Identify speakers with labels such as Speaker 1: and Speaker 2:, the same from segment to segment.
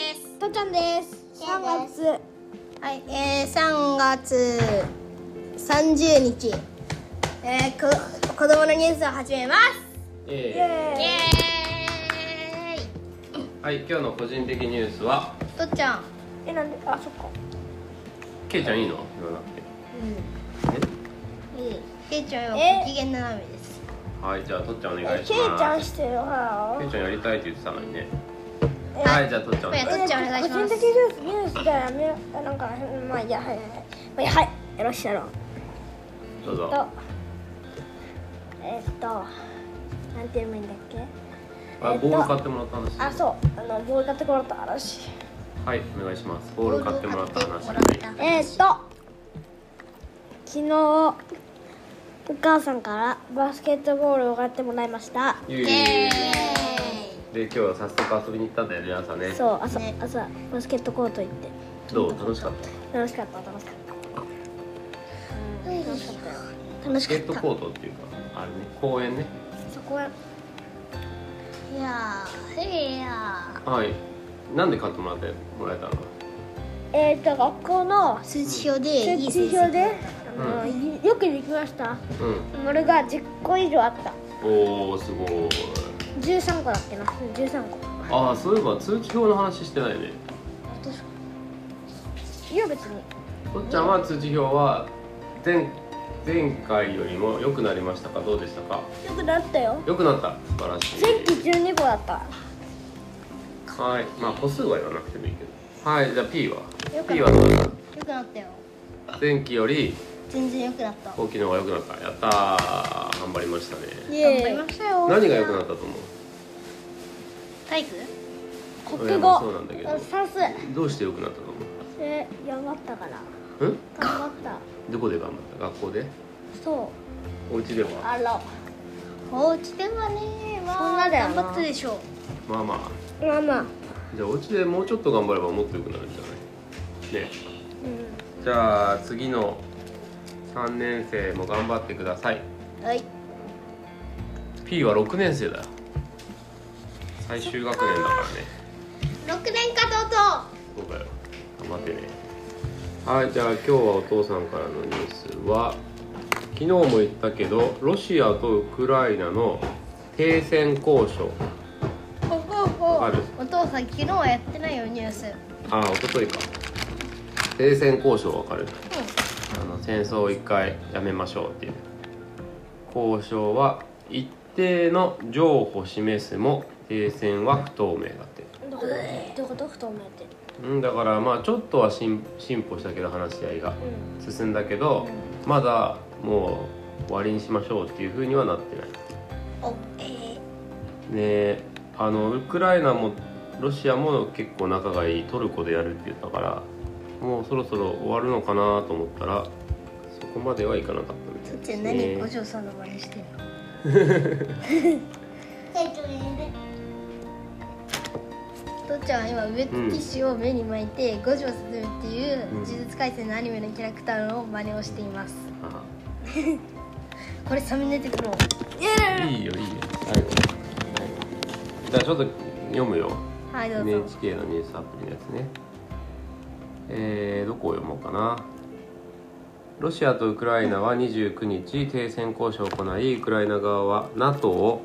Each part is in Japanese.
Speaker 1: んです。
Speaker 2: シェです
Speaker 1: 月。はい、えー、3月30日、えー、こ子供のニュースを始めます。
Speaker 3: え
Speaker 1: イエーイ。
Speaker 3: ーはい今日の個人的ニュースは
Speaker 1: とっちゃん。
Speaker 2: え、なんで、あ、そっか。
Speaker 3: けいちゃんいいの言わなくて
Speaker 1: けいちゃん
Speaker 2: え
Speaker 1: はご機嫌斜めです。
Speaker 3: えはいじゃあとっちゃんお願
Speaker 2: え、
Speaker 3: いし
Speaker 2: けいちゃ
Speaker 3: ま
Speaker 2: ん
Speaker 3: す
Speaker 2: してる
Speaker 3: け
Speaker 2: はい
Speaker 3: ちゃんやりたいって言ってたのにね
Speaker 2: え
Speaker 3: はいじゃあとっちゃんお願いし
Speaker 1: え
Speaker 3: ま
Speaker 1: じゃあお願いします
Speaker 2: 個人的ニュース、ニュースじゃやめよう。なんか、まあ、いいや、はい、はいはい。まあいいや、はい、よろしくやろう。
Speaker 3: すどうぞ
Speaker 2: と。えっと。なんて読むんだっけ。
Speaker 3: あボール買ってもらったんです
Speaker 2: あ、そう、あの、ボール買ってこらった話。
Speaker 3: はいお願いしますボール買ってもらった話
Speaker 1: ボールを買ってもらった
Speaker 2: えっと。昨日。お母さんからバスケットボールを買ってもらいました。
Speaker 3: イエーイ
Speaker 1: イエ
Speaker 3: で今日は早速遊びに行ったんだよね朝ね
Speaker 2: そう、朝、
Speaker 1: ね
Speaker 2: 朝、バスケットコート行って。
Speaker 3: どう楽しかった
Speaker 2: 楽しかった楽しかった、うん、楽しかったよ楽
Speaker 3: スケットコートっていうかあれね公園ね
Speaker 2: そこは
Speaker 1: ーイ。いやー、いや
Speaker 3: はいなんで買ってもらってもらえたの
Speaker 2: えっ、ー、と学校の
Speaker 1: ー。数値表でいい
Speaker 2: 設
Speaker 1: 成績
Speaker 2: 置表で、あのよくできました
Speaker 3: う
Speaker 2: 丸が10個以上あった
Speaker 3: んおおすごい
Speaker 2: 13個だっけなうん13個
Speaker 3: ああそういえば通知表の話してないね
Speaker 2: いや別に
Speaker 3: とっちゃんは通知表は前前回よりも良くなりましたかどうでしたか
Speaker 2: よくなったよ
Speaker 3: 良くなった素晴らしい
Speaker 2: 前期12個だった
Speaker 3: はいまあ個数は言わなくてもいいけどはいじゃあ P は
Speaker 1: 良くなった
Speaker 3: P はどうだっ
Speaker 1: 良くなったよ。
Speaker 3: た前期より
Speaker 1: 全然良くなった。
Speaker 3: 後期の方が良くなったやったー頑張りましたね
Speaker 2: イ
Speaker 1: 頑張
Speaker 2: エ
Speaker 1: り
Speaker 2: ー
Speaker 1: ま
Speaker 2: イ
Speaker 1: したよ。
Speaker 3: 何が良くなったと思う
Speaker 1: 体育？
Speaker 2: 国
Speaker 3: いや
Speaker 2: 語
Speaker 3: そうなんだけど
Speaker 2: 算数
Speaker 3: どうして良くなったと思
Speaker 2: えー頑張ったから
Speaker 3: ううん
Speaker 2: 頑張った
Speaker 3: どこで頑張った学校で
Speaker 2: そ
Speaker 3: お家で
Speaker 2: う
Speaker 3: は
Speaker 2: あら
Speaker 1: おうちではね、まあ
Speaker 2: そんなだよな
Speaker 1: 頑張ったでしょう。
Speaker 3: まあまあ
Speaker 2: まあまあ
Speaker 3: じゃあお家でもうちょっと頑張ればもっと良くなるんじゃないね
Speaker 2: う
Speaker 3: じゃあ次の3年生も頑張ってください
Speaker 1: はい。
Speaker 3: P は6年生だよ最終学年だからね
Speaker 1: 六年かとうと
Speaker 3: そうだよ頑張ってねはいじゃあ今日はお父さんからのニュースは昨日も言ったけどロシアとウクライナの停戦交渉
Speaker 1: う。ほほ
Speaker 3: わ
Speaker 1: ほ
Speaker 3: かる。
Speaker 1: お父さん昨日はやってないよニュース。
Speaker 3: ああ一昨日か停戦交渉わかるあの戦争を一回やめましょうっていう交渉は一定の譲歩を示すも停戦は不透明だって
Speaker 2: んどこどういうこと不透明って
Speaker 3: うんだからまあちょっとは進進歩したけど話し合いが
Speaker 2: うん
Speaker 3: 進んだけどまだもう終わりにしましょうっていうふうにはなってない
Speaker 1: お、え
Speaker 3: ねあのウクライナもロシアも結構仲がいいトルコでやるって言ったからもうそろそろ終わるのかなと思ったらそこまではいかなかった
Speaker 1: ー、そ
Speaker 3: みたい
Speaker 1: っ
Speaker 3: で
Speaker 1: ち
Speaker 3: す
Speaker 1: 何
Speaker 3: ね
Speaker 1: お嬢さんの真似 してるの？とっちゃんは今ウェットティッシュを目に巻いて五条すずるっていう呪術廻戦のアニメのキャラクターの真似をしています。
Speaker 3: あ
Speaker 1: これサムネ出てくるの。
Speaker 3: いいよいいよ最後じゃあちょっと読むよ
Speaker 1: はいどうぞ。
Speaker 3: NHK のニュースアプリのやつねえーどこを読もうかなロシアとウクライナは29日停戦交渉を行いウクライナ側は NATO を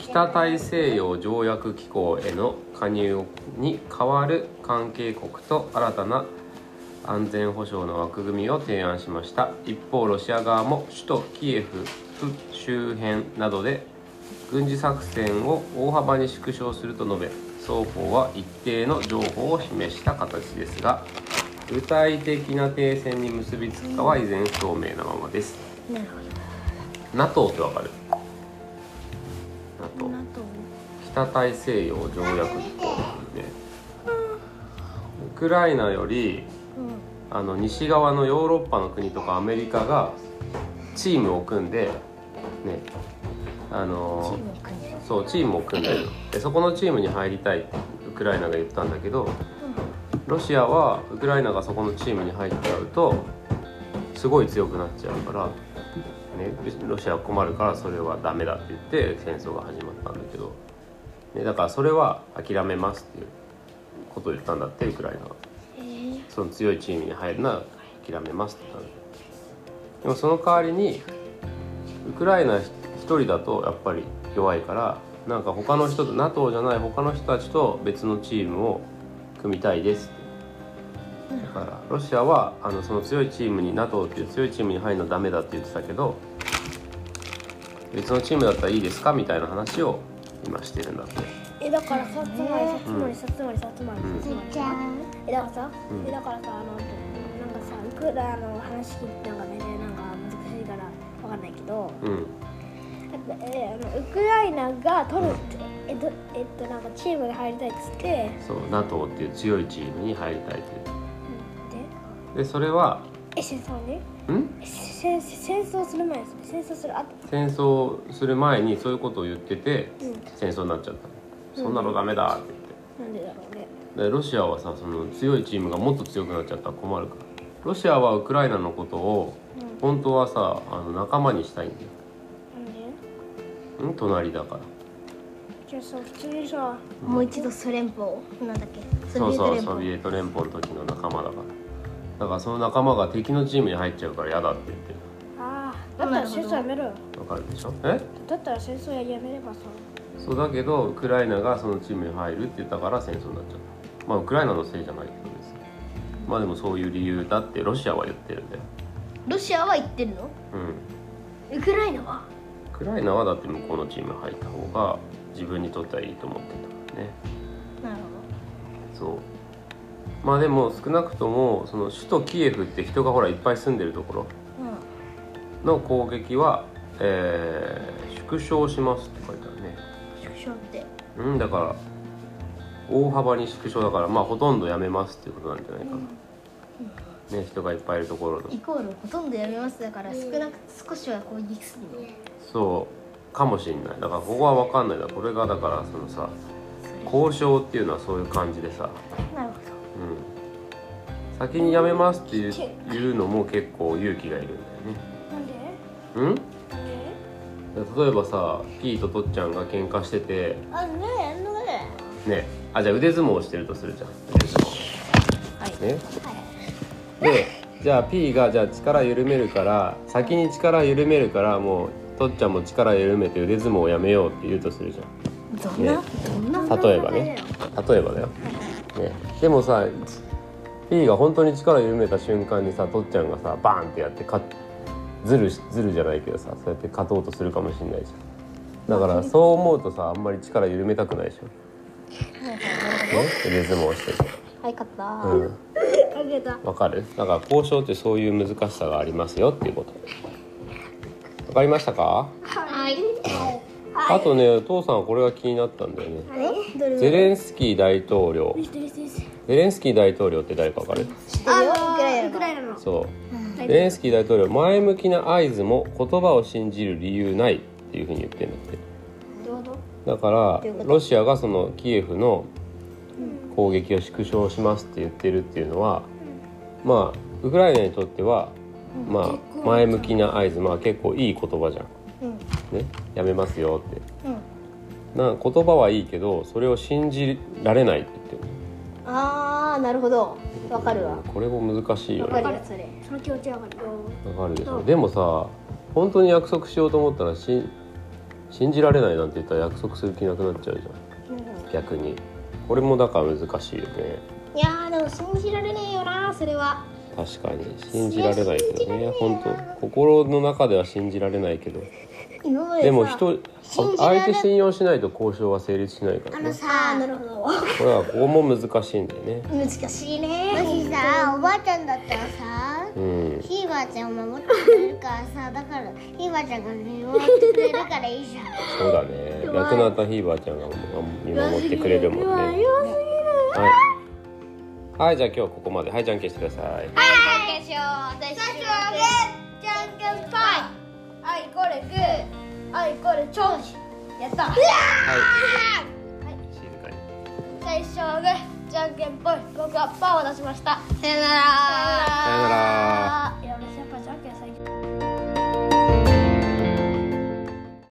Speaker 3: 北大西洋条約機構への加入に代わる関係国と新たな安全保障の枠組みを提案しました一方ロシア側も首都キエフ周辺などで軍事作戦を大幅に縮小すると述べ双方は一定の情報を示した形ですが具体的な停戦に結びつくかは依然不透明なままです
Speaker 2: なるほ
Speaker 3: NATO ってわかる NATO
Speaker 2: どなと思う
Speaker 3: 北大西洋条約機構なんでねウクライナよりあの西側のヨーロッパの国とかアメリカがチームを組んでねあのそうチームを組んでるのでそこのチームに入りたいってウクライナが言ったんだけどロシアはウクライナがそこのチームに入っちゃうとすごい強くなっちゃうから、ね、ロシアは困るからそれはダメだって言って戦争が始まったんだけど、ね、だからそれは諦めますっていうことを言ったんだってウクライナはその強いチームに入るのは諦めますって言ったのでもその代わりにウクライナ一人だとやっぱり弱いからなんか他の人と NATO じゃない他の人たちと別のチームを組みたいですだからロシアはあのその強いチームに NATO っていう強いチームに入るのはダメだって言ってたけど別のチームだったらいいですかみたいな話を今してるんだって
Speaker 2: えだからさつまりさつまりさつまりさつまり
Speaker 3: う
Speaker 2: さ
Speaker 3: ん
Speaker 2: つまり
Speaker 1: じゃあ
Speaker 2: えだからさ、
Speaker 3: うん
Speaker 2: えだからさあのなんかさウクライナの話聞いてなんかねなんか難しいからわかんないけど
Speaker 3: うん
Speaker 2: えあのウクライナが取るえっとえっとなんかチームに入りたいっつってで
Speaker 3: そう NATO っていう強いチームに入りたいっていうでそれは
Speaker 2: え戦争ね
Speaker 3: ん
Speaker 2: 戦戦争する前ですね戦争する後
Speaker 3: 戦争する前にそういうことを言ってて
Speaker 2: うん
Speaker 3: 戦争になっちゃったのそんなのダメだって言って
Speaker 2: なんでだろうね
Speaker 3: でロシアはさその強いチームがもっと強くなっちゃったら困るからロシアはウクライナのことを本当はさあの仲間にしたいんだ
Speaker 2: なんで
Speaker 3: よん隣だから
Speaker 2: じゃあさ普通にさ
Speaker 1: もう一度ソ連邦なんだっけソ
Speaker 3: そう
Speaker 1: ビエ
Speaker 3: そ
Speaker 1: ト連
Speaker 3: うソ
Speaker 1: 邦
Speaker 3: ビエト連邦の時の仲間だからだからその仲間が敵のチームに入っちゃうから嫌だって言って
Speaker 2: ああだったら戦争やめろよ
Speaker 3: るわかるでしょえ
Speaker 2: だったら戦争やめればさ
Speaker 3: そうだけどウクライナがそのチームに入るって言ったから戦争になっちゃったまあウクライナのせいじゃないけどですまあでもそういう理由だってロシアは言ってるんだよ
Speaker 1: ロシアは行ってるの
Speaker 3: うん
Speaker 1: ウクライナは
Speaker 3: ウクライナはだって向こうのチームに入った方が自分にとってはいいと思ってたからね
Speaker 1: なるほ
Speaker 3: そうまあでも少なくともその首都キエフって人がほらいっぱい住んでるところ
Speaker 1: ど、うん
Speaker 3: の攻撃は、えー縮小しますって書いてあるね
Speaker 1: 縮小って
Speaker 3: うんだから大幅に縮小だからまあほとんどやめますっていうことなんじゃないかな、ね人がいっぱいいるところの
Speaker 1: イコールほとんどやめますだから少なく少しは攻撃するの
Speaker 3: そうかもしれないだからここは分かんないだこれがだからそのさ交渉っていうのはそういう感じでさ、
Speaker 1: なるほ
Speaker 3: うん、先にやめますっていう言うのも結構勇気がいるん
Speaker 2: なんで
Speaker 3: だ
Speaker 2: な
Speaker 3: よね
Speaker 2: んで
Speaker 3: うん例えばさピーととっちゃんが喧嘩してて
Speaker 2: あねえなんで
Speaker 3: ねあじゃあ腕相撲をしてるとするじゃん腕相撲ねでじゃあ P がじゃあ力緩めるから先に力緩めるからもうとっちゃんも力緩めて腕相撲をやめようって言うとするじゃ
Speaker 1: どどんな、
Speaker 3: ね
Speaker 1: どんなん
Speaker 3: 例えばね例えばだよ、ね、でもさ P が本当に力緩めた瞬間にさとっちゃんがさバーンってやってかずるしずるじゃないけどさそうやって勝とうとするかもしれないじゃんだからそう思うとさあんまり力緩めたくないでしょ、ね、腕相撲をしてて
Speaker 1: はい勝った、
Speaker 3: うん
Speaker 2: あげた
Speaker 3: わかるだから交渉ってそういう難しさがありますよっていうことわかりましたか
Speaker 1: はい
Speaker 3: あとねお父さんはこれが気になったんだよね
Speaker 1: えどれ
Speaker 3: ゼレンスキー大統領
Speaker 2: 見せて見せて見せて
Speaker 3: ゼレンスキー大統領って誰かわかる
Speaker 1: あウクライナ
Speaker 2: ウクライナの
Speaker 3: そうゼレンスキー大統領前向きな合図も言葉を信じる理由ないっていうふうに言ってるんだって
Speaker 2: どうぞ
Speaker 3: だか
Speaker 1: うこと
Speaker 3: らロシアがそのキエフの攻撃を縮小しますって言ってるっていうのは、まあウクライナにとっては、まあ前向きな合図まあ結構いい言葉じゃん、ね、やめますよって、な言葉はいいけどそれを信じられないって言ってる
Speaker 1: あーなるほどわかるわ
Speaker 3: これも難しいよ
Speaker 1: わ
Speaker 3: ね
Speaker 1: かるよそれ
Speaker 2: その気持ちわかる
Speaker 3: わかるでしょでもさ本当に約束しようと思ったらし信じられないなんて言ったら約束する気なくなっちゃうじゃん逆にこれもだから難しいよね
Speaker 1: いやーでも信じられねえよなそれは
Speaker 3: 確かに信じられないけどね本当心の中では信じられないけど
Speaker 1: 今までさ
Speaker 3: でも人
Speaker 1: 信じられ
Speaker 3: 相手信用しないと交渉は成立しないからね
Speaker 1: さあなるほど
Speaker 3: これはここも難しいんだよね
Speaker 1: 難しいね
Speaker 4: もしさおばあちゃんだったらさ
Speaker 3: うん
Speaker 4: ひいばあちゃんを守ってくれるからさだからひいばあちゃんが見守ってくれるからいいじゃん
Speaker 3: そうだね亡くなったひいばあちゃんが見守ってくれるもんねはい、はい、じゃあ今日はここまではいじゃんけんしてください
Speaker 4: はいでしょ私はじゃんけんぽいあいこれグーあいこれチョンシやった
Speaker 3: はい。静かに。
Speaker 4: 最初はグーじゃんけんぽい僕はパーを出しました
Speaker 1: さよなら
Speaker 3: さよなら。
Speaker 4: あ